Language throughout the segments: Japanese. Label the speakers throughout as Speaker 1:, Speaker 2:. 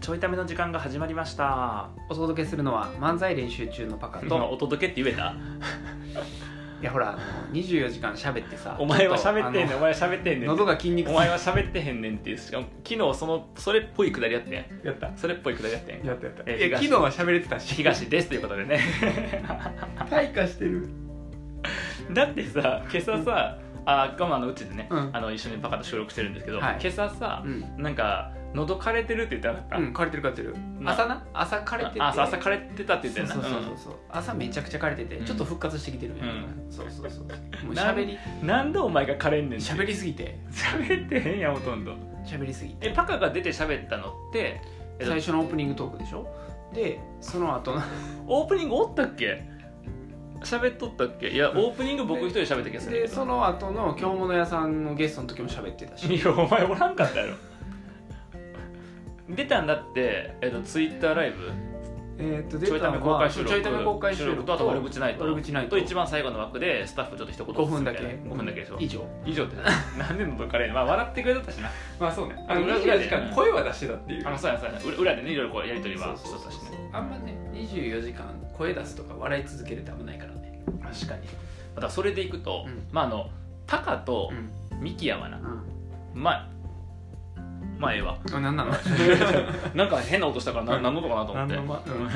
Speaker 1: ちょいための時間が始まりました
Speaker 2: お届けするのは漫才練習中のパカ
Speaker 1: 今お
Speaker 2: と
Speaker 1: 届けって言え た
Speaker 2: いやほらあの24時間喋ってさ
Speaker 1: お前は喋ってへん
Speaker 2: ち
Speaker 1: ねんお
Speaker 2: ょっ
Speaker 1: 前は喋ってへん
Speaker 2: とあ
Speaker 1: ね
Speaker 2: の
Speaker 1: ん
Speaker 2: 喉が筋肉
Speaker 1: お
Speaker 2: 痛
Speaker 1: 前は喋ってへんねんっていうしかも昨日そのそれっぽいくだりやってん
Speaker 2: やった
Speaker 1: それっぽいくだりやってん
Speaker 2: やったやった
Speaker 1: え
Speaker 2: いや
Speaker 1: 東
Speaker 2: 昨日は喋れてたし
Speaker 1: 東ですということでね
Speaker 2: 退化してる
Speaker 1: だってさ今朝さあガマのうちでね、
Speaker 2: うん
Speaker 1: あの一緒にパカと収録してるんですけど、
Speaker 2: はい
Speaker 1: 今朝さ
Speaker 2: う、ん、
Speaker 1: なんか喉枯れてるって言ってなかった、
Speaker 2: うん、枯れてる枯れてる
Speaker 1: な
Speaker 2: 朝な朝枯れてて
Speaker 1: あ朝朝枯れてたって言って
Speaker 2: そ
Speaker 1: ん
Speaker 2: う
Speaker 1: な
Speaker 2: そうそうそう朝めちゃくちゃ枯れてて、
Speaker 1: うん
Speaker 2: ちょっと復活してきてるね、
Speaker 1: う
Speaker 2: そうそう そうもう
Speaker 1: なん
Speaker 2: 喋り
Speaker 1: うんなんでお前が枯れんねんって
Speaker 2: 喋りすぎて
Speaker 1: 喋ってへんやんほとんど
Speaker 2: 喋りすぎて
Speaker 1: えパカが出て喋ったのってえっと
Speaker 2: 最初のオープニングトークでしょでその後の
Speaker 1: オープニングおったっけ喋っとったっけいやオープニング僕一人で喋った気がするん
Speaker 2: で
Speaker 1: だけど
Speaker 2: その後の京物屋さんのゲストの時も喋ってたし
Speaker 1: いやお前おらんかったやろ出たんだって、えっと、ツイッターライブ
Speaker 2: えー、と
Speaker 1: ちょい
Speaker 2: 出
Speaker 1: た
Speaker 2: た
Speaker 1: め
Speaker 2: の
Speaker 1: 公
Speaker 2: が
Speaker 1: 開収
Speaker 2: ち
Speaker 1: 録
Speaker 2: ょいため公開収録
Speaker 1: とあと悪口ないと
Speaker 2: 悪口ナイト
Speaker 1: と一番最後の枠でスタッフちょっと一言
Speaker 2: 5分だけ
Speaker 1: 5分だけでしょ
Speaker 2: 以上
Speaker 1: 以上って 何年のどっかれまあ笑ってくれとったしな
Speaker 2: まあそうね
Speaker 1: あの24時間声
Speaker 2: は出してたってい
Speaker 1: あのそうやそうや裏裏でねいろいろこうやりとり
Speaker 2: そ
Speaker 1: は
Speaker 2: う
Speaker 1: し
Speaker 2: そう
Speaker 1: とっ
Speaker 2: そ
Speaker 1: た
Speaker 2: う
Speaker 1: しね
Speaker 2: あんまね24時間声出すとか笑い続けるって危ないからね
Speaker 1: 確かにまたそれでいくと、
Speaker 2: うん
Speaker 1: まああのタカと
Speaker 2: ん
Speaker 1: ミキヤはな、
Speaker 2: う
Speaker 1: まあまあええわ
Speaker 2: んあ 何なの
Speaker 1: なんか変な音したからな
Speaker 2: うん
Speaker 1: 何の音かなと思って、
Speaker 2: 何のまうん
Speaker 1: い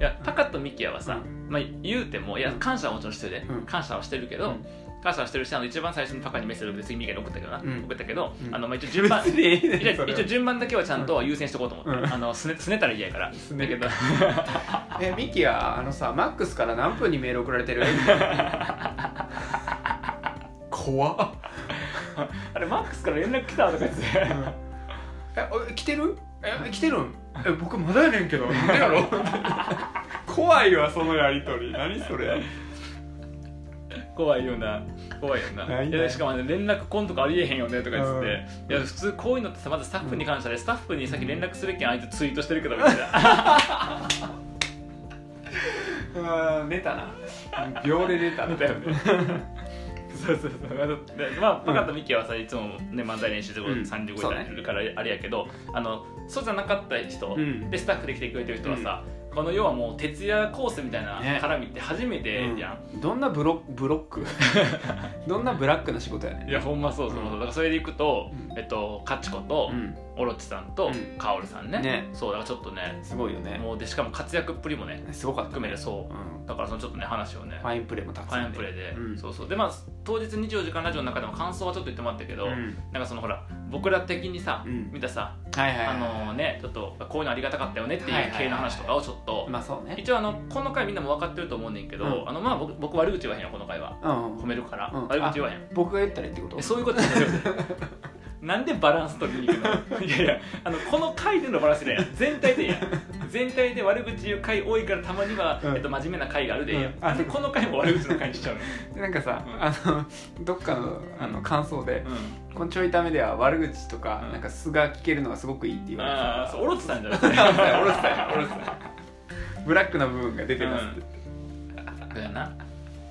Speaker 1: やタカとミキヤはさ、
Speaker 2: う
Speaker 1: まあ、言うてもいや
Speaker 2: うん
Speaker 1: 感謝はもちろんしてるで、
Speaker 2: うん
Speaker 1: 感謝はしてるけど、
Speaker 2: うん
Speaker 1: 感謝はしてるしあの一番最初にタカにメッセージ送って次ミキヤに送ったけどな、
Speaker 2: うん
Speaker 1: 送ったけど、
Speaker 2: うん
Speaker 1: あのまあ、一応順番
Speaker 2: 別にええねん
Speaker 1: いや
Speaker 2: それは
Speaker 1: 一応順番だけはちゃんと優先しとこうと思って、
Speaker 2: うん
Speaker 1: あのすねすねたら嫌やから
Speaker 2: すね
Speaker 1: だけ ど
Speaker 2: えミキはあのさマックスから何分にメール送ら れてる怖っ
Speaker 1: あれマックスから連絡来たとか言って
Speaker 2: えお来てるえ来てるんえ僕まだやねんけどなんでやろ 怖いわそのやりとり何それ
Speaker 1: 怖いよな怖いよな
Speaker 2: ない
Speaker 1: い
Speaker 2: ない
Speaker 1: やしかも、ね、連絡来んとかありえへんよねとか言ってて、
Speaker 2: うん
Speaker 1: いや普通こういうのってさまずスタッフに関してはねスタッフに先連絡すべきあいつツイートしてるけどみたいな
Speaker 2: あ寝たな秒で出た
Speaker 1: だよねそうそうそうでまあパカとミキはさいつも、ね、漫才練習で
Speaker 2: うん
Speaker 1: 35時やってるからあれやけど、あのそうじゃなかった人、
Speaker 2: うん
Speaker 1: でスタッフで来てくれてる人はさ、この要はもう徹夜コースみたいな
Speaker 2: ね
Speaker 1: 絡みって初めてやん、
Speaker 2: どんなブロブロッ クどんなブラックな仕事やねん
Speaker 1: いやほんまそうそうそうだからそれでいくと、
Speaker 2: うん
Speaker 1: えっとカチコと、
Speaker 2: うん
Speaker 1: オロチさんと
Speaker 2: うん
Speaker 1: カオルさんね,、
Speaker 2: ね
Speaker 1: そうだからちょっとね
Speaker 2: すごいよね
Speaker 1: もうでしかも活躍っぷりもね
Speaker 2: すごかった
Speaker 1: 含め
Speaker 2: ね
Speaker 1: てそううんだからそのちょっとね話をね
Speaker 2: ファインプレーもた
Speaker 1: フ
Speaker 2: くさん
Speaker 1: ァインプレーで、
Speaker 2: うん
Speaker 1: そうそうでまあ当日24時間ラジオの中でも感想はちょっと言ってもらったけど、
Speaker 2: うん
Speaker 1: なんかそのほら僕ら的にさ、
Speaker 2: うん
Speaker 1: 見たさ、
Speaker 2: はいはいはい
Speaker 1: あのねちょっとこういうのありがたかったよねってい
Speaker 2: はいは
Speaker 1: う
Speaker 2: いはい
Speaker 1: 系の話とかをちょっと、
Speaker 2: まあそうね
Speaker 1: 一応あのこの回みんなも分かってると思うねんけど、
Speaker 2: うん
Speaker 1: あのまあ僕僕悪口言わへんよこの回は
Speaker 2: うん
Speaker 1: 褒めるから、
Speaker 2: うん
Speaker 1: 悪口言わへん
Speaker 2: 僕が言ったらいいってこと
Speaker 1: えそういうことじゃないよなんでバランス取りに行く のいやいやあのこの回でのバランスでやん全体でやん全体で悪口言う回多いからたまには、
Speaker 2: うん
Speaker 1: えっと、真面目な回があるでいいやん
Speaker 2: うんあ
Speaker 1: なんでこの回も悪口の回にしちゃうの、
Speaker 2: でなんかさ、
Speaker 1: うん
Speaker 2: あのどっかのあの感想で、
Speaker 1: う
Speaker 2: このちょいためでは悪口とか、
Speaker 1: うん
Speaker 2: なんか素が聞けるのがすごくいいって言
Speaker 1: ん、
Speaker 2: われて
Speaker 1: ああそうおろつさんじゃなく
Speaker 2: お
Speaker 1: て
Speaker 2: ろしたよおろしたよおろしたよブラックな部分が出てますって、
Speaker 1: だよな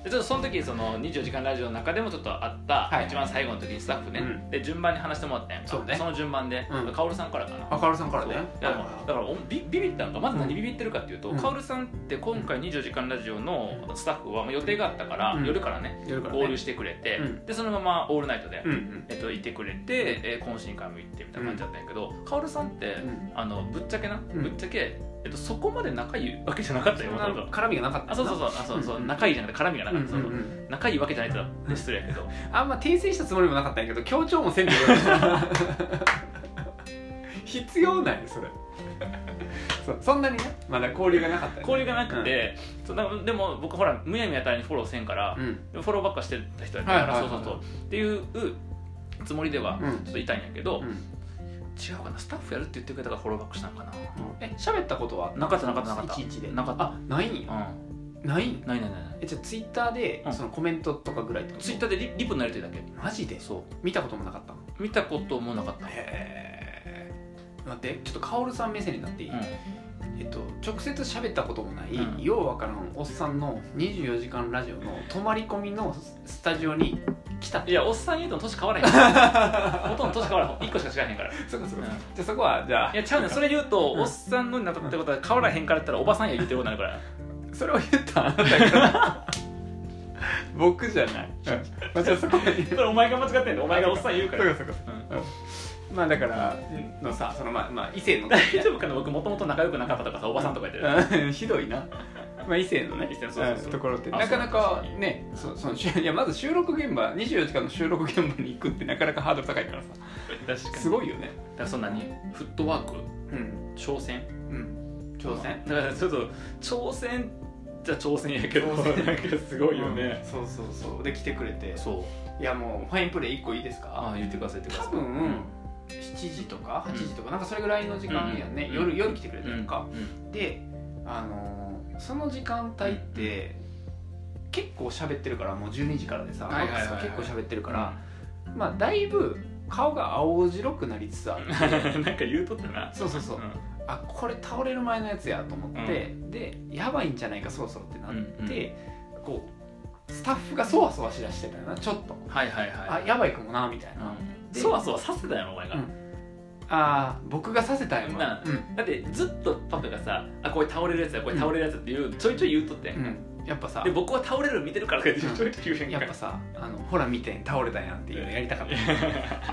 Speaker 1: でちょっとその時その『24時間ラジオ』の中でもちょっとあった、
Speaker 2: はい
Speaker 1: 一番最後の時にスタッフね、
Speaker 2: うん
Speaker 1: で順番に話してもらったやんか
Speaker 2: そうね
Speaker 1: の順番で、
Speaker 2: うん
Speaker 1: カオルさんからかな
Speaker 2: あかおるさんから
Speaker 1: そう
Speaker 2: ね
Speaker 1: いやだからだからおビビビったのかまず何ビビってるかっていうと、
Speaker 2: うん
Speaker 1: カオルさんって今回『24時間ラジオ』のスタッフはまあ予定があったから、
Speaker 2: うん
Speaker 1: 夜からね
Speaker 2: 夜からね
Speaker 1: 合流してくれて、
Speaker 2: うん
Speaker 1: でそのままオールナイトで、
Speaker 2: うんうん
Speaker 1: えっと、いてくれて、えー懇親会も行ってみたいな感じだったんやけど、カオルさんって、
Speaker 2: ん
Speaker 1: あのぶっちゃけな、
Speaker 2: うん
Speaker 1: ぶっちゃけ、えっと、そこまで仲いいわけじゃなかったよ
Speaker 2: そん
Speaker 1: も
Speaker 2: な
Speaker 1: ともと
Speaker 2: 絡みがなかった
Speaker 1: あそうそうそうあそうそう、
Speaker 2: うん
Speaker 1: 仲いいじゃなくて絡みがなか
Speaker 2: ん
Speaker 1: った、そうそう
Speaker 2: うんうん
Speaker 1: 仲いいわけじゃないと失礼やけど
Speaker 2: あんま訂正したつもりもなかったんやけど強調もせんでよかった必要ないそれそうそんなにねまだ交流がなかったよね
Speaker 1: 交流がなくて、そうだからでも僕ほらむやみやたらにフォローせんから
Speaker 2: う、ん
Speaker 1: フォローばっかしてた人やったから、
Speaker 2: はいはいはい
Speaker 1: そうそうそうっていうつもりでは
Speaker 2: うん
Speaker 1: ちょっといたんやけど、
Speaker 2: う
Speaker 1: 違
Speaker 2: ん
Speaker 1: うかなスタッフやるって言ってくれたからフォローバックしたのかな
Speaker 2: え喋ったことは
Speaker 1: なかったなかったなかった
Speaker 2: いちいちで
Speaker 1: なかった
Speaker 2: あないんや
Speaker 1: うん
Speaker 2: ないん
Speaker 1: ないないないない
Speaker 2: えじゃあツイッターで
Speaker 1: うん
Speaker 2: そのコメントとかぐらいってこと
Speaker 1: ツイッターでリリプになれてるだけ
Speaker 2: マジで
Speaker 1: そ
Speaker 2: 見たこともなかったの
Speaker 1: う見たこともなかった、
Speaker 2: へえ待ってちょっとカオルさん目線になっていい、
Speaker 1: う
Speaker 2: えっと、直接喋ったこともない、
Speaker 1: うん
Speaker 2: ようわからんおっさんの24時間ラジオの泊まり込みのススタジオに来た
Speaker 1: いやおっさん言うとも年変わらへん からほとんど年変わらへん1個しか違えへんから
Speaker 2: そうかそう
Speaker 1: か
Speaker 2: じゃあそこはじゃあ
Speaker 1: いやちゃうねんそれ言うと、
Speaker 2: うん
Speaker 1: おっさんのになったってことは変わらへんから言ったらおばさんや言うてることになるか
Speaker 2: それを言ったあなたが 僕じゃない、うんまあ、じゃあそこに
Speaker 1: らそれお前が間違ってんだお前がおっさん言う
Speaker 2: そ
Speaker 1: か
Speaker 2: う
Speaker 1: ら
Speaker 2: かそうか
Speaker 1: うん
Speaker 2: まあだからのさそのまあまあ 異性の
Speaker 1: 大丈夫かな僕もともと仲良くなかったとかさおばさんとか言ってる
Speaker 2: うん ひどいなまあ異性のね
Speaker 1: 異性のそうそうそう
Speaker 2: うんところって
Speaker 1: あ
Speaker 2: なかな
Speaker 1: そう
Speaker 2: か
Speaker 1: そう
Speaker 2: ねそそのし ゅいやまず収録現場24時間の収録現場に行くってなかなかハードル高いからさ
Speaker 1: 確かに
Speaker 2: すごいよね
Speaker 1: だからそんなにフットワーク
Speaker 2: うん
Speaker 1: 挑戦
Speaker 2: うん挑戦
Speaker 1: だからちょっと挑戦じゃ挑戦やけど
Speaker 2: 挑戦
Speaker 1: なんかすごいよ
Speaker 2: う
Speaker 1: ね
Speaker 2: ん、そうそうそうで来てくれて
Speaker 1: そう
Speaker 2: いやもうファインプレー1個いいです
Speaker 1: あ
Speaker 2: か
Speaker 1: あ言ってください言ってくだ
Speaker 2: 多
Speaker 1: さい
Speaker 2: 分7時とか8時とかなんかそれぐらいの時間やんね
Speaker 1: うん
Speaker 2: 夜夜来てくれた
Speaker 1: う
Speaker 2: や
Speaker 1: ん
Speaker 2: んかであのーその時間帯って結構喋ってるからもう12時からでさ
Speaker 1: はいはいはいはい
Speaker 2: マックスが結構喋ってるからまあだいぶ顔が青白くなりつ つある
Speaker 1: うんなんか言うとったな
Speaker 2: そうそうそう
Speaker 1: う
Speaker 2: あこれ倒れる前のやつやと思って、でやばいんじゃないかそろそろってなって、こうスタッフがそわそわしだしてたよなちょっと、
Speaker 1: んはいはいは
Speaker 2: あやばいかもなみたいな、
Speaker 1: い
Speaker 2: で
Speaker 1: そわそわさせたよお前が
Speaker 2: うんあー僕がさせたよ
Speaker 1: な
Speaker 2: うん
Speaker 1: だってずっとパパがさ「あこれ倒れるやつだこれ倒れるやつ」っていうちょいちょい言うとってん
Speaker 2: うん、やっぱさ
Speaker 1: で僕は倒れるの見てるからってちょいちょい言うや
Speaker 2: や
Speaker 1: ん
Speaker 2: っ
Speaker 1: か
Speaker 2: ぱさあのほら見て倒れたやんっていうのやりたかった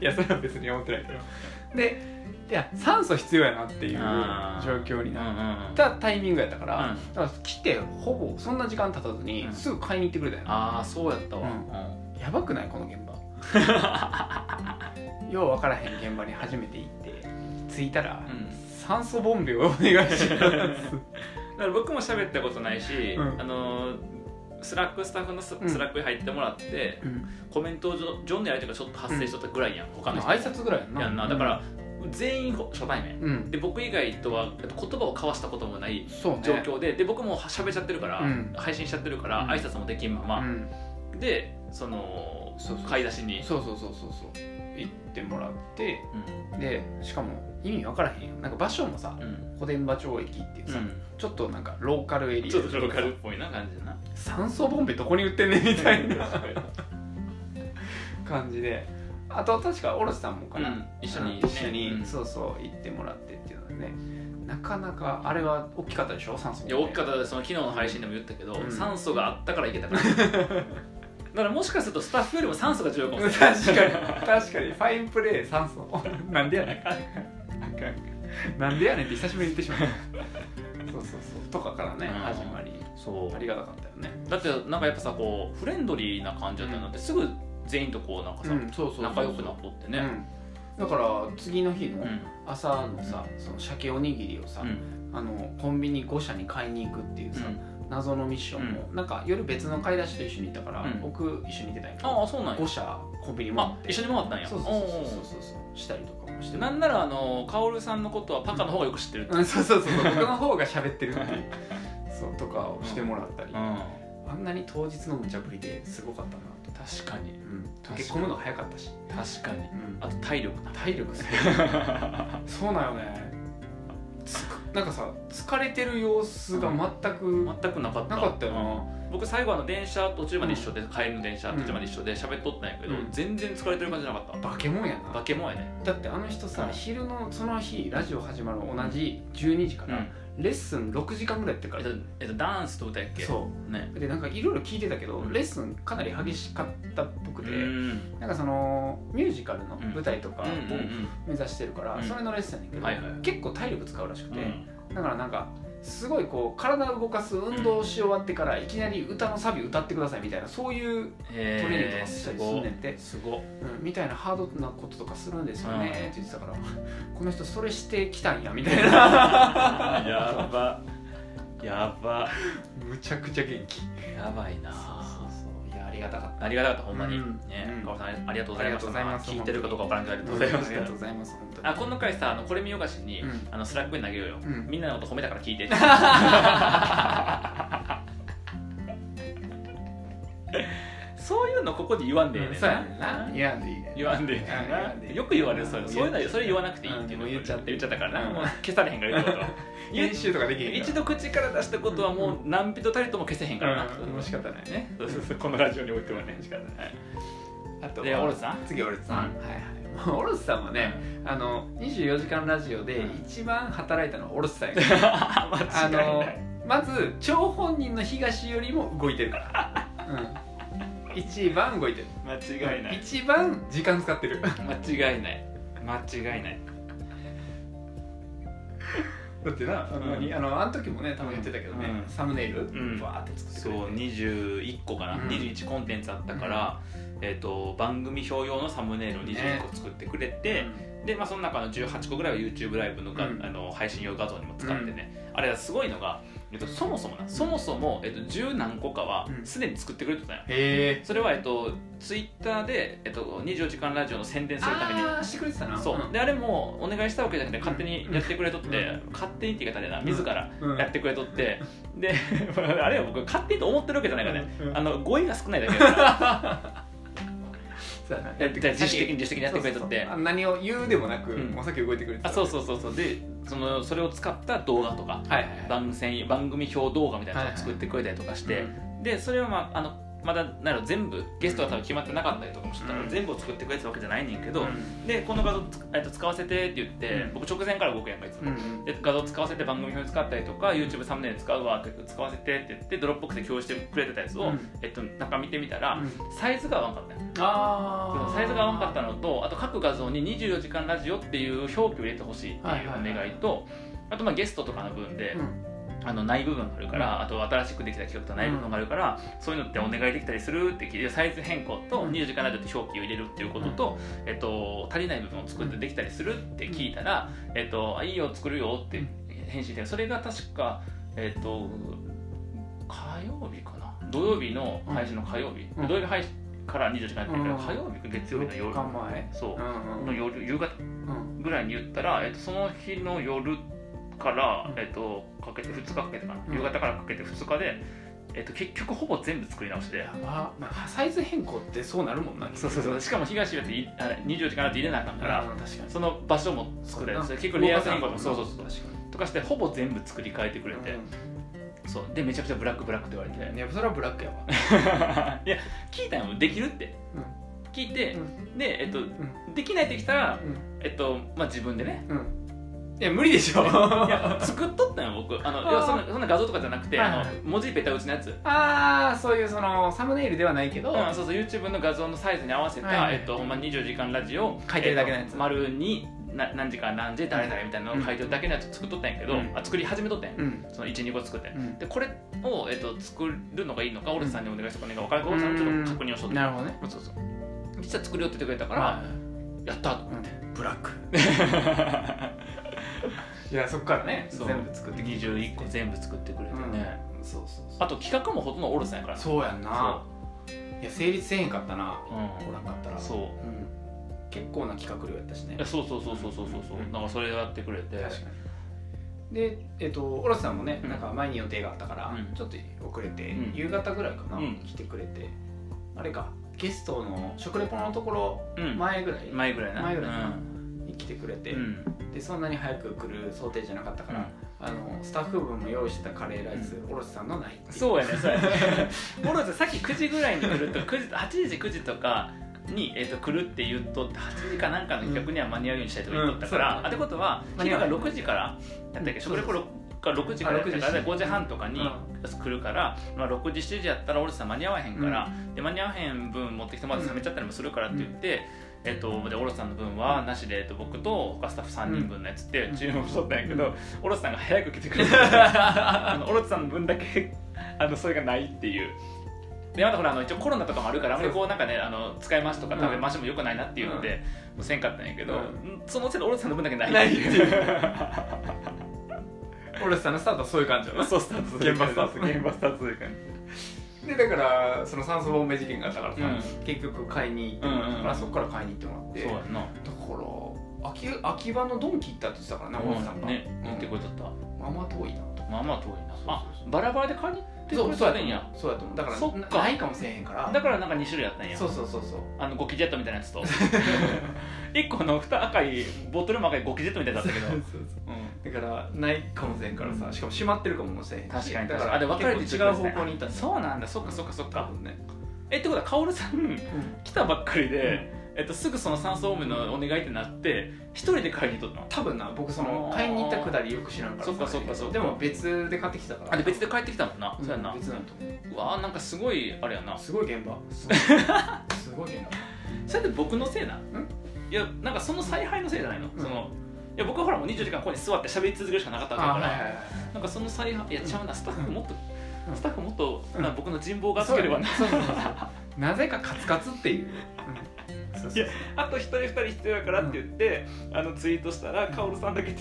Speaker 2: いやそれは別に思ってないけどでいや酸素必要やなっていう
Speaker 1: あー
Speaker 2: 状況に
Speaker 1: うんう
Speaker 2: なっ
Speaker 1: んうん
Speaker 2: たタイミングやったから,、
Speaker 1: うん
Speaker 2: だから来てほぼそんな時間経たずに、
Speaker 1: うん
Speaker 2: すぐ買いに行ってくれたよな
Speaker 1: ああそうやったわ
Speaker 2: うやばくないこの現 場よう分からへん現場に初めて行って着いたら、
Speaker 1: うん
Speaker 2: 酸素ボンベをお 願いします
Speaker 1: だから僕も喋ったことないし、
Speaker 2: うん
Speaker 1: あのースラックスタッフのス,、
Speaker 2: うん
Speaker 1: ラックに入ってもらってコメントをジョジョンのやりとかちょっと発生しとったぐらいやん、他の人
Speaker 2: 挨拶ぐらいやんな
Speaker 1: やんなだから、全員初対面
Speaker 2: うん
Speaker 1: で僕以外とはえっと言葉を交わしたこともない
Speaker 2: そうね
Speaker 1: 状況でで僕も喋っちゃってるから、
Speaker 2: うん
Speaker 1: 配信しちゃってるから、
Speaker 2: うん
Speaker 1: 挨拶もできんまま、
Speaker 2: うん
Speaker 1: でその
Speaker 2: そうそう
Speaker 1: 買い出しに、
Speaker 2: そうそうそうそうそう行ってもらって
Speaker 1: うん
Speaker 2: でしかも意味分からへんよなんか場所もさ
Speaker 1: うん
Speaker 2: 小伝馬町駅っていうさ、
Speaker 1: う
Speaker 2: ちょっとなんかローカルエリ
Speaker 1: ん、
Speaker 2: ア
Speaker 1: ちょっとローカルっぽいな感じだな
Speaker 2: 酸素ボンベどこに売ってんねん みたいな感じであと確かおろしさんもかな、
Speaker 1: うん一緒にね
Speaker 2: 一緒に、
Speaker 1: うん
Speaker 2: そうそう行ってもらってっていうのでねなかなかあれは大きかったでしょ酸素ボン
Speaker 1: い
Speaker 2: ベ
Speaker 1: や大きかったですその昨日の配信でも言ったけど、
Speaker 2: うん
Speaker 1: 酸素があったからいけたからだ からもしかするとスタッフよりも酸素が重要かもし
Speaker 2: 確
Speaker 1: れ
Speaker 2: か
Speaker 1: ない
Speaker 2: に確かにファインプレー酸素 なんでやねんなんでやねんって久しぶりに言ってしまった そうそうそうとかからね
Speaker 1: うん
Speaker 2: 始まり
Speaker 1: そ
Speaker 2: ありがたかったよね
Speaker 1: うだってなんかやっぱさこうフレンドリーな感じだったよなって、すぐ全員とこうなんかさ、
Speaker 2: そうそうそう
Speaker 1: 仲良くなっとってね、
Speaker 2: うんだから次の日の
Speaker 1: うん
Speaker 2: 朝のさ、その鮭おにぎりをさ、
Speaker 1: うん
Speaker 2: あのコンビニ5社に買いに行くっていうさ、謎のミッションも、なんか夜別の買い出しと一緒に行ったから、
Speaker 1: うん
Speaker 2: 僕一緒に行ってたんやけど
Speaker 1: ああそうなんや
Speaker 2: 5社コンビニも
Speaker 1: あ一緒に回ったんや
Speaker 2: そうそうそうそう
Speaker 1: おうおう
Speaker 2: そうそうしたりとかもして
Speaker 1: なんならあのカオルさんのことはパカの方がよく知ってるって、
Speaker 2: うん、そうそうそうそう僕の方が喋ってるっていう そうとかをしてもらったり、
Speaker 1: うん
Speaker 2: あんなに当日の無茶ぶりですごかったなと、
Speaker 1: 確かに
Speaker 2: うん、溶け込むのが早かったし、
Speaker 1: 確かに
Speaker 2: うん
Speaker 1: あと体力な
Speaker 2: 体力すごいそうなよねつくなんかさ疲れてる様子が全く、
Speaker 1: 全くなかった
Speaker 2: なかったよな
Speaker 1: うん僕最後あの電車途中まで一緒で、帰りの電車途中まで一緒で喋っとったんやけど、
Speaker 2: うん
Speaker 1: 全然疲れてる感じなかった
Speaker 2: 化け物や
Speaker 1: 化
Speaker 2: な
Speaker 1: け物やね
Speaker 2: だってあの人
Speaker 1: う
Speaker 2: さ、
Speaker 1: ん
Speaker 2: 昼のその日ラジオ始まる同じ12時か
Speaker 1: うん
Speaker 2: ら、レッスン6時間ぐらいやってるか
Speaker 1: えっ
Speaker 2: ら、
Speaker 1: とえっとダンスと歌やっけ
Speaker 2: そ
Speaker 1: ね
Speaker 2: うでなんかいろいろ聞いてたけど、
Speaker 1: うん
Speaker 2: レッスンかなり激しかったっぽく
Speaker 1: う
Speaker 2: て、
Speaker 1: ん
Speaker 2: なんかそのミュージカルの舞台とかを
Speaker 1: うんうん
Speaker 2: 目指してるから、
Speaker 1: うん
Speaker 2: それのレッスンやねんけど、
Speaker 1: はいはい
Speaker 2: 結構体力使うらしく
Speaker 1: うん
Speaker 2: て、だからなんかすごいこう体を動かす運動をし終わってからいきなり歌のサビ歌ってくださいみたいなそういう、
Speaker 1: へー
Speaker 2: トレーニングとかしたりすんねんて
Speaker 1: すごっ
Speaker 2: うんみたいなハードなこととかするんですよ
Speaker 1: うん
Speaker 2: ねって言ってたからこの人それしてきたん やみたいな
Speaker 1: やばやば
Speaker 2: むちゃくちゃ元気
Speaker 1: やばいな
Speaker 2: そういやありがたかった
Speaker 1: ありがたかったほんまに、
Speaker 2: うん
Speaker 1: ね
Speaker 2: うん
Speaker 1: 川さんありがとうございました
Speaker 2: ありがとうございます
Speaker 1: 聞いてるかどうかわからんけどありがとうご
Speaker 2: あ
Speaker 1: ざいま
Speaker 2: り
Speaker 1: し
Speaker 2: がと
Speaker 1: た
Speaker 2: うございます本当に
Speaker 1: あこの回さあのこれ見よがしに、
Speaker 2: うん
Speaker 1: あのスラックに投げようよ、
Speaker 2: うん
Speaker 1: みんなのこと褒めたから 聞いてそういうなのここで言わんでええねん
Speaker 2: そうやねんな言わんでいいね
Speaker 1: 言わんでええねんな
Speaker 2: うん
Speaker 1: よく言われるそう
Speaker 2: うん
Speaker 1: そういうのはそれ言わなくていいっていうの
Speaker 2: うんもう言っちゃって
Speaker 1: 言っちゃったからな
Speaker 2: うん
Speaker 1: もう消されへんから言うこと
Speaker 2: 編集とかできへんから
Speaker 1: 一度口から出したことはもう何人たりとも消せへんからな、
Speaker 2: うんもう仕方ない
Speaker 1: ねそうそうそうこのラジオにおいてはね仕方ない
Speaker 2: あとは
Speaker 1: でオルツさん
Speaker 2: 次オルツさん、
Speaker 1: うん
Speaker 2: はいはいもうオルツさんはね、あの24時間ラジオで一番働いたのはオルツさん やから
Speaker 1: 間
Speaker 2: あ
Speaker 1: 違いな
Speaker 2: の
Speaker 1: い
Speaker 2: まず張本人の東よりも動いてるから、うん、一番動いてる
Speaker 1: 間違いない
Speaker 2: 一番時間使って るだ
Speaker 1: 間違いない間違いない
Speaker 2: ってなあの,、
Speaker 1: うん
Speaker 2: あのあの時もね多分言ってたけどね、
Speaker 1: うん
Speaker 2: サムネイル、
Speaker 1: ん
Speaker 2: バーって作ってく
Speaker 1: そう
Speaker 2: れて
Speaker 1: 21個かな、
Speaker 2: うん
Speaker 1: 21コンテンツあったから、えー、と番組表用のサムネイルを21個作ってくれて、で、まあ、その中の18個ぐらいは YouTube ライブのが、
Speaker 2: うん
Speaker 1: あの配信用画像にも使ってね、あれはすごいのが、えっとそもそもなそもそも、えっと10何個かは
Speaker 2: うん
Speaker 1: すでに作ってくれてたんよ、
Speaker 2: へえ
Speaker 1: それは、えっとツイッターで、えっと24時間ラジオの宣伝するために
Speaker 2: ああしてくれてたな
Speaker 1: そう、
Speaker 2: ん
Speaker 1: であれもお願いしたわけじゃなくて勝手にやってくれとって、勝手にって言い方でな自ら
Speaker 2: うん
Speaker 1: やってくれとって、で あれは僕勝手にと思ってるわけじゃないからね、
Speaker 2: うん
Speaker 1: あの語彙が少ないだけだ から
Speaker 2: そうやな
Speaker 1: やって自主的に自主的にやってくれとって
Speaker 2: そうそうそうあ何を言うでもなく、
Speaker 1: うん
Speaker 2: お酒動いてくれてた
Speaker 1: あそうそうそうそうでそのそれを使った動画とか
Speaker 2: はいはいはい
Speaker 1: 番宣番組表動画みたいなのを作ってくれたりとかして、でそれは、まあ、あのまだなる全部ゲストが多分決まってなかったりとかもしてたから、
Speaker 2: うん
Speaker 1: 全部を作ってくれてたわけじゃないねんけど、
Speaker 2: うん
Speaker 1: でこの画像つ、えっと、使わせてって言って、
Speaker 2: うん
Speaker 1: 僕直前から動くやんかいつも。
Speaker 2: うんうん
Speaker 1: で画像使わせて番組表使ったりとか YouTube サムネイル使うわって使わせてって言ってドロップボックスで共有してくれてたやつを、
Speaker 2: うん
Speaker 1: えっと、中見てみたら、サイズが合わんかったね
Speaker 2: ああ
Speaker 1: サイズが合わんかったのとあと各画像に24時間ラジオっていう表記を入れてほしいっていうお願いと、あとまあゲストとかの分で、あのない部分があるから、あと新しくできた企画とない部分があるから、そういうのってお願いできたりするって聞いてサイズ変更と
Speaker 2: うん
Speaker 1: 24時間ラジオって表記を入れるっていうことと、えっと、足りない部分を作ってできたりするって聞いたら「えっと、あいいよ作るよ」って返信してそれが確か、えっと、火曜日かな土曜日の配信の火曜日、
Speaker 2: うん
Speaker 1: 土曜日配信から24時間やってるから、
Speaker 2: うん
Speaker 1: 火曜日か月曜日の夜
Speaker 2: 4日前
Speaker 1: そうう、
Speaker 2: んう
Speaker 1: の
Speaker 2: ん
Speaker 1: 夜夕方
Speaker 2: うん
Speaker 1: ぐらいに言ったら、えっと、その日の夜から
Speaker 2: う、ん
Speaker 1: えっと、かけて2日かけてかな、
Speaker 2: うん
Speaker 1: 夕方からかけて2日で、えっと、結局ほぼ全部作り直して
Speaker 2: やばまあサイズ変更ってそうなるもんな
Speaker 1: そうそうそうしかも東だっていあ24時間なんて入れなあかんから、
Speaker 2: うん確かに
Speaker 1: その場所も作れるそ
Speaker 2: そうだ
Speaker 1: れ
Speaker 2: な
Speaker 1: 結構レイアウト変更もそ
Speaker 2: 動
Speaker 1: う
Speaker 2: か
Speaker 1: そう
Speaker 2: さん
Speaker 1: そう
Speaker 2: も
Speaker 1: ん
Speaker 2: な確か
Speaker 1: とかしてほぼ全部作り変えてくれて、そうでめちゃくちゃブラックブラックって言われて、
Speaker 2: にいやそれはブラックやわ
Speaker 1: いや聞いたよできるって
Speaker 2: うん
Speaker 1: 聞いて、
Speaker 2: う
Speaker 1: でえっと
Speaker 2: ん
Speaker 1: できないってきたら、
Speaker 2: うん
Speaker 1: えっとまあ、自分でね
Speaker 2: うんいや無理でしょ
Speaker 1: いや作っとったんよ僕あのいやそんなそんな画像とかじゃなくて、
Speaker 2: はいはい
Speaker 1: あの文字ペタ打ちのやつ、うん、
Speaker 2: ああそういうそのサムネイルではないけど
Speaker 1: そうそう YouTube の画像のサイズに合わせた、
Speaker 2: はいはい
Speaker 1: えっと、ほんま24時間ラジオ
Speaker 2: 書いてるだけのやつ
Speaker 1: えっと丸にな何時から何時誰々みたいなのを書いてるだけのやつ作っとったんやけど、
Speaker 2: うん
Speaker 1: あ作り始めとったんや、
Speaker 2: うん
Speaker 1: その12個作ってん
Speaker 2: うん
Speaker 1: でこれを、えっと、作るのがいいのかオルツさんにお願いしたのか分からんからオルツさんのちょっと確認をしとって
Speaker 2: なるほどね
Speaker 1: そうそう実は作るよって言ってくれたか、
Speaker 2: から
Speaker 1: やったと思って
Speaker 2: ブラックいやそっから ね
Speaker 1: そう
Speaker 2: 全部作ってきて
Speaker 1: 21個全部作ってくれてね、
Speaker 2: そうそうそう
Speaker 1: あと企画もほとんどオルツさんやから
Speaker 2: そうやんないや成立せえへんかったな
Speaker 1: うん
Speaker 2: おらんかったら
Speaker 1: そう
Speaker 2: うん結構な企画量やったしね
Speaker 1: いやそうそうそうそうそうそうそう、
Speaker 2: うん
Speaker 1: なんかそれやってくれて
Speaker 2: 確かにでえっとオロスさんもね、
Speaker 1: うん
Speaker 2: なんか前に予定があったから、
Speaker 1: うん
Speaker 2: ちょっと遅れて、
Speaker 1: うん
Speaker 2: 夕方ぐらいかな、
Speaker 1: うん
Speaker 2: 来てくれてあれかゲストの食レポのところ
Speaker 1: うん
Speaker 2: 前ぐらい
Speaker 1: 前ぐらいな
Speaker 2: 前ぐらいか
Speaker 1: な
Speaker 2: なに来てくれて、
Speaker 1: うんうん
Speaker 2: でそんなに早く来る想定じゃなかったから、あのスタッフ分も用意してたカレーライス、オロスさんのないっていう
Speaker 1: そうやねそうやね モロさんさっき9時ぐらいに来ると9時8時9時とかに、えー、と来るって言っとって8時かなんかの企画には間に合うようにしたいとか言っとったから、
Speaker 2: うん
Speaker 1: あってことは
Speaker 2: 間に
Speaker 1: 昼
Speaker 2: 合わ
Speaker 1: が
Speaker 2: ない
Speaker 1: 6時からやったっけ
Speaker 2: うん
Speaker 1: 食レポが6時からやったか
Speaker 2: あ
Speaker 1: ら
Speaker 2: 6時
Speaker 1: 5時半とかに
Speaker 2: うん
Speaker 1: 来るから、まあ、6時7時やったら俺さん間に合わへんから、で間に合わへん分持ってきてもらって冷めちゃったりもするからって言って。えっと、でオロさんの分はなしで、えっと、僕と他スタッフ3人分のやつって
Speaker 2: うん
Speaker 1: 注文しとったんやけど、オロさんが早く来てくれ たあのオロさんの分だけあのそれがないっていうでまだほらあの一応コロナとかもあるからあんまりこうなんかねあの使い回しとか食べ回しもよくないなっていうので、もうせんかったんやけど、
Speaker 2: うん
Speaker 1: うんそのせいでオロさんの分だけない
Speaker 2: ないって いうオロスさんのスタートはそういう感じだな
Speaker 1: そうスタート
Speaker 2: 現場スタート
Speaker 1: 現場スタートという感
Speaker 2: でだからその酸素ボンベ事件があったからさ、
Speaker 1: う
Speaker 2: 結局買いに行ってもらったから、
Speaker 1: うんうんうん
Speaker 2: そこから買いに行ってもらっ
Speaker 1: じ
Speaker 2: て
Speaker 1: そう
Speaker 2: だ
Speaker 1: や
Speaker 2: か
Speaker 1: んな
Speaker 2: ら秋秋葉のドンキ行ったって言ってたからね、お父さんが、
Speaker 1: ね
Speaker 2: うん
Speaker 1: 言ってくれとった、
Speaker 2: まあまあ遠いなと
Speaker 1: まあまあ遠いな
Speaker 2: そうそう
Speaker 1: あ
Speaker 2: そう
Speaker 1: バラバラで買いにって
Speaker 2: そ
Speaker 1: く
Speaker 2: う
Speaker 1: れ
Speaker 2: そう
Speaker 1: たら
Speaker 2: やと
Speaker 1: いいん
Speaker 2: 思
Speaker 1: や
Speaker 2: うそうやと思うだから
Speaker 1: そっか
Speaker 2: なないかもしれへんから
Speaker 1: だからなんか2種類あったんや
Speaker 2: そうそうそうそう
Speaker 1: あのゴキジェットみたいなやつと 一個の蓋赤いボトルも赤いゴキジェットみたいなやつだったけど、
Speaker 2: そうそう
Speaker 1: う
Speaker 2: だからないかもしれんからさ、
Speaker 1: うん
Speaker 2: しかも閉まってるかもしれへん
Speaker 1: ん、確
Speaker 2: し
Speaker 1: かに
Speaker 2: だ
Speaker 1: 確
Speaker 2: か
Speaker 1: からにあで分かれて
Speaker 2: 結構違う方向にいたんだ
Speaker 1: そうなんだそっかそっかそっ
Speaker 2: 多
Speaker 1: か
Speaker 2: 分ね、
Speaker 1: えってことは薫さん
Speaker 2: うん、
Speaker 1: 来たばっかりで、えっと、すぐその酸素多めのお願いってなって一人で買いに行っとったの
Speaker 2: 多分な僕その
Speaker 1: あー
Speaker 2: 買いに行ったくだりよく知らんからさ
Speaker 1: そっかそっかそっか
Speaker 2: でも別で買ってきてたから
Speaker 1: あで別で帰ってきたもんな、
Speaker 2: うん
Speaker 1: そうやんな
Speaker 2: 別なんと思う
Speaker 1: うわーなんかすごいあれやな
Speaker 2: すごい現 場すごい現場
Speaker 1: それって僕のせいなんいやなんかその采配のせいじゃないの,、
Speaker 2: うん
Speaker 1: そのいや僕はほらもう24時間ここに座って喋り続けるしかなかったわけだか
Speaker 2: あはい
Speaker 1: ら、
Speaker 2: はいはい
Speaker 1: なんかその采配いやちゃうなスタッフもっと、
Speaker 2: うん
Speaker 1: スタッフもっと、
Speaker 2: うん
Speaker 1: なんか僕の人望が厚ければな、
Speaker 2: そうそうそうそうなぜかカツカツっていう、うん、そうそうそう
Speaker 1: いやあと一人二人必要やからって言って、あのツイートしたらカオルさんだけって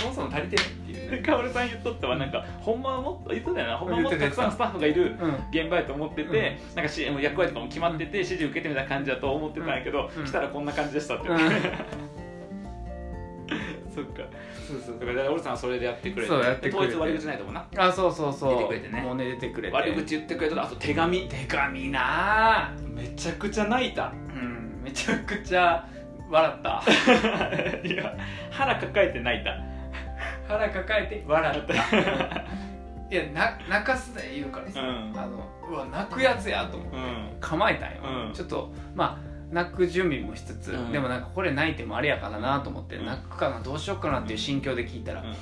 Speaker 2: そもそも足りてないっていうね
Speaker 1: でカオルさん言っとったわなんかほんまはもっと言っとったよなほんまはもっと
Speaker 2: 言
Speaker 1: たく
Speaker 2: って
Speaker 1: さ
Speaker 2: た
Speaker 1: んスタッフがいる
Speaker 2: うん
Speaker 1: 現場やと思ってて、なんかしもう役割とかも決まってて指示受けてみたいな感じだと思ってたんやけど、
Speaker 2: うん
Speaker 1: 来たらこんな感じでしたって言
Speaker 2: う
Speaker 1: っ
Speaker 2: ん
Speaker 1: て、 そっか
Speaker 2: そうそう
Speaker 1: だからオルさんはそれでやってくれて
Speaker 2: そうやってくれ
Speaker 1: で
Speaker 2: て
Speaker 1: 統一悪口ないと思うな
Speaker 2: あそうそうそ
Speaker 1: 出
Speaker 2: う
Speaker 1: てくれてね
Speaker 2: もうね出てくれて
Speaker 1: 悪口言ってくれたらあと手紙
Speaker 2: 手紙なあ
Speaker 1: めちゃくちゃ泣いた
Speaker 2: うんめちゃくちゃ笑った
Speaker 1: いや腹抱えて泣いた
Speaker 2: 腹抱えて笑ったいやな泣かすな言うからさ、
Speaker 1: うん
Speaker 2: あのうわ泣くやつやと思って、
Speaker 1: うん
Speaker 2: 構えたんよ、
Speaker 1: うん
Speaker 2: ちょっとまあ泣く準備もしつつ、
Speaker 1: うん
Speaker 2: でもなんかこれ泣いてもあれやからなと思って、
Speaker 1: うん
Speaker 2: 泣くかなどうしようかなっていう心境で聞いたら、
Speaker 1: うん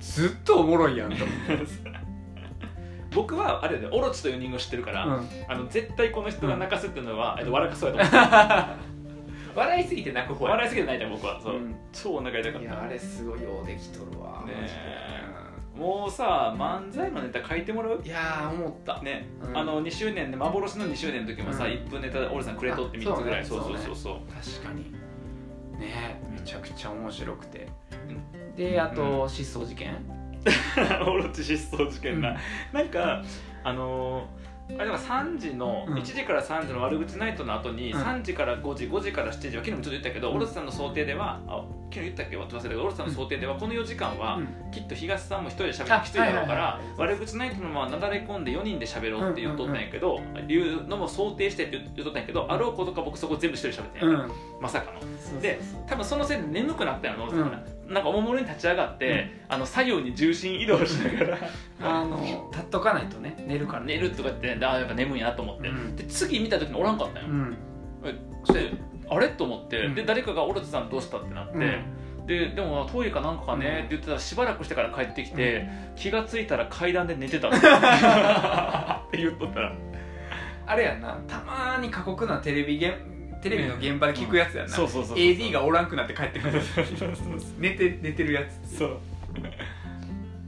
Speaker 2: ずっとおもろいやんと思って、
Speaker 1: 僕はあれでオロチという人間を知ってるから、
Speaker 2: うん
Speaker 1: あの絶対この人が泣かすっていうのは、えっと、笑かそうやと 思う
Speaker 2: 笑いすぎて泣く方 や
Speaker 1: 笑いすぎて泣いたよ僕はそう、
Speaker 2: うん
Speaker 1: 超お腹痛かっ
Speaker 2: い
Speaker 1: た
Speaker 2: やあれすごいようできとるわ
Speaker 1: ねえ
Speaker 2: マジで
Speaker 1: もうさ漫才のネタ書いてもらう
Speaker 2: うんいやー思った
Speaker 1: ね、
Speaker 2: うん
Speaker 1: あの2周年で幻の2周年の時もさ、
Speaker 2: うん
Speaker 1: 1分ネタでオルさんくれとって3つぐらい
Speaker 2: あ
Speaker 1: そ,、
Speaker 2: そううね
Speaker 1: そうそう
Speaker 2: そ
Speaker 1: そう
Speaker 2: 確かにねえめちゃくちゃ面白くて、
Speaker 1: う
Speaker 2: であと、失踪事件
Speaker 1: オロチ失踪事件な、
Speaker 2: うん
Speaker 1: なんかあのーあれだから3時の、
Speaker 2: うん
Speaker 1: 1時から3時の悪口ナイトの後に、
Speaker 2: うん
Speaker 1: 3時から5時5時から7時は昨日もちょっと言ったけど、
Speaker 2: うん
Speaker 1: オロチさんの想定ではあ昨日言ったっけ忘れたけどオロチさんの想定ではこの4時間は、
Speaker 2: うん
Speaker 1: きっと東さんも一人で喋るのきついだろうか
Speaker 2: あは
Speaker 1: ら
Speaker 2: いはいはい
Speaker 1: 悪口ないとのままなだれ込んで4人で喋ろうって言っとったんやけど、いうのも想定してって言っとったんやけどあろうことか僕そこ全部一人で喋ってんや、
Speaker 2: うん
Speaker 1: まさかの
Speaker 2: そう
Speaker 1: で
Speaker 2: そう
Speaker 1: 多分そのせいで眠くなったんやろ俺さんが、なんかおもむろに立ち上がって、あの左右に重心移動しなが
Speaker 2: そうあの立っとかないとね寝るからら
Speaker 1: 寝るとか言ってああやっぱ眠いなと思って、
Speaker 2: うん
Speaker 1: で次見た時におらんかったん
Speaker 2: う
Speaker 1: よ、
Speaker 2: ん
Speaker 1: であれと思って、
Speaker 2: うん
Speaker 1: で誰かが「オルトさんどうした?」ってなって、
Speaker 2: うん
Speaker 1: ででもトイレかなんかかねって言ってたらしばらくしてから帰ってきて、気が付いたら階段で寝てたって言っとったら
Speaker 2: あれやんなたまーに過酷なテレビげんテレビの現場で聞くやつやんな、
Speaker 1: そうそうそうそう
Speaker 2: AD がおらんくなって帰ってくる
Speaker 1: そうそうそう
Speaker 2: 寝て寝てるやつ
Speaker 1: そう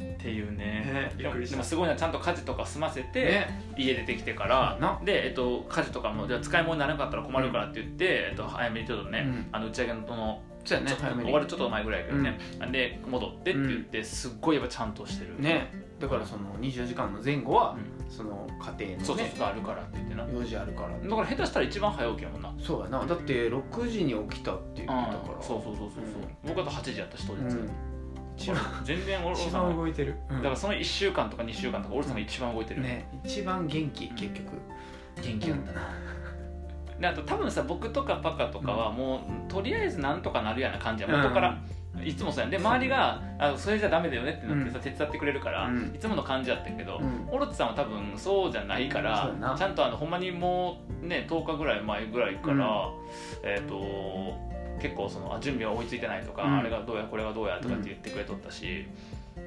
Speaker 1: っていうね
Speaker 2: ね
Speaker 1: でもでもすごいなちゃんと家事とか済ませて、
Speaker 2: ね
Speaker 1: 家出てきてから
Speaker 2: な
Speaker 1: で、えっと、家事とかもじゃあ使い物にならなかったら困るからって言って、えっと、早めにちょっとね、
Speaker 2: うん
Speaker 1: あの打ち上げのその
Speaker 2: そうやね
Speaker 1: ちょっと
Speaker 2: 早めに
Speaker 1: 終わるちょっと前ぐらいやけどね、で戻ってって言って、すっごいやっぱちゃんとしてる
Speaker 2: ねだからその24時間の前後は、
Speaker 1: う
Speaker 2: その家庭の、ね、
Speaker 1: そうそうそうあるからって言ってなだ
Speaker 2: 用事あるから
Speaker 1: から下手したら一番早起きやもんなうん
Speaker 2: そうやなだって6時に起きたって言ってたから
Speaker 1: そうそうそうそうそう、僕だと8時やったし当日、
Speaker 2: うん一番
Speaker 1: 全然俺
Speaker 2: 一
Speaker 1: さん
Speaker 2: 番
Speaker 1: が
Speaker 2: 動いてる、
Speaker 1: だからその1週間とか2週間とか俺さんが一番動いてる、
Speaker 2: ね一番元気結局
Speaker 1: 元気や
Speaker 2: 元
Speaker 1: っ
Speaker 2: 気なんだ
Speaker 1: た
Speaker 2: な
Speaker 1: であと多分さ僕とかパカとかはもう、とりあえずなんとかなるやな感じや
Speaker 2: うん
Speaker 1: 元から、いつもそうやんで周りがあそれじゃダメだよねってなってさ、手伝ってくれるから、
Speaker 2: うん
Speaker 1: いつもの感じやったけど、
Speaker 2: うん
Speaker 1: オロチさんは多分そうじゃないか
Speaker 2: そうや
Speaker 1: ら
Speaker 2: な
Speaker 1: ちゃんとあのほんまにもうね10日ぐらい前ぐらいから、
Speaker 2: うん
Speaker 1: えっ、と結構そのあ準備は追いついてないとか、
Speaker 2: うん
Speaker 1: あれがどうやこれがどうやとかって言ってくれとったし、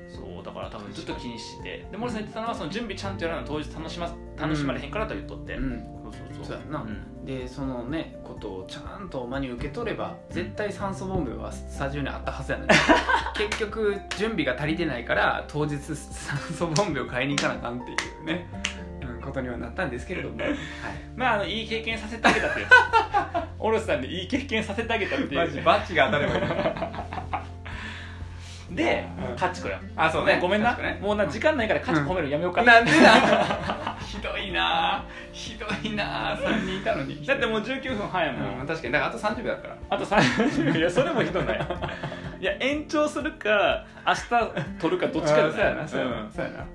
Speaker 1: そうだから多分ずっと気にしてで森さん言ってたのはその準備ちゃんとやらないと当日楽しま楽しまれへんからと言っとって、
Speaker 2: うん
Speaker 1: そうそう
Speaker 2: そうやな
Speaker 1: うん
Speaker 2: でそのねことをちゃんと真に受け取れば絶対酸素ボンベはスタジオにあったはず やのに結局準備が足りてないから当日酸素ボンベを買いに行かなあかんっていうね、うん、ことにはなったんですけ れども、はい、
Speaker 1: まああのいい経験させてあげた っていうオロチさんにいい経験させてあげたっていう
Speaker 2: マジバッチが当たればいい
Speaker 1: で、
Speaker 2: うん
Speaker 1: カチコよ
Speaker 2: あそうね
Speaker 1: ごめんな、
Speaker 2: 確かにね
Speaker 1: もうな時間ないからカチコ褒めるのやめようか、
Speaker 2: なんでだひどいなひどいな3人いたのに
Speaker 1: だってもう19分半やもん、
Speaker 2: うん、確かにだからあと30秒だから
Speaker 1: あと30分いや それもひどないいや延長するか明日取るかどっちか
Speaker 2: あーそうやな
Speaker 1: そ
Speaker 2: そう
Speaker 1: う
Speaker 2: や
Speaker 1: ん
Speaker 2: な、そうやな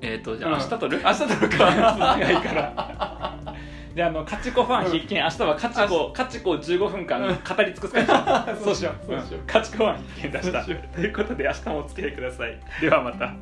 Speaker 1: えっ、とじゃあ明日撮る、
Speaker 2: 明日撮るか
Speaker 1: 長いから じゃああのカチコファン必見明日はカチコカチコを15分間語り尽くすから、
Speaker 2: う ん
Speaker 1: そうしよう
Speaker 2: そうしよう
Speaker 1: うんカチコファン必見出した
Speaker 2: そうしよ
Speaker 1: ということで明日もお付き合いくださいではまた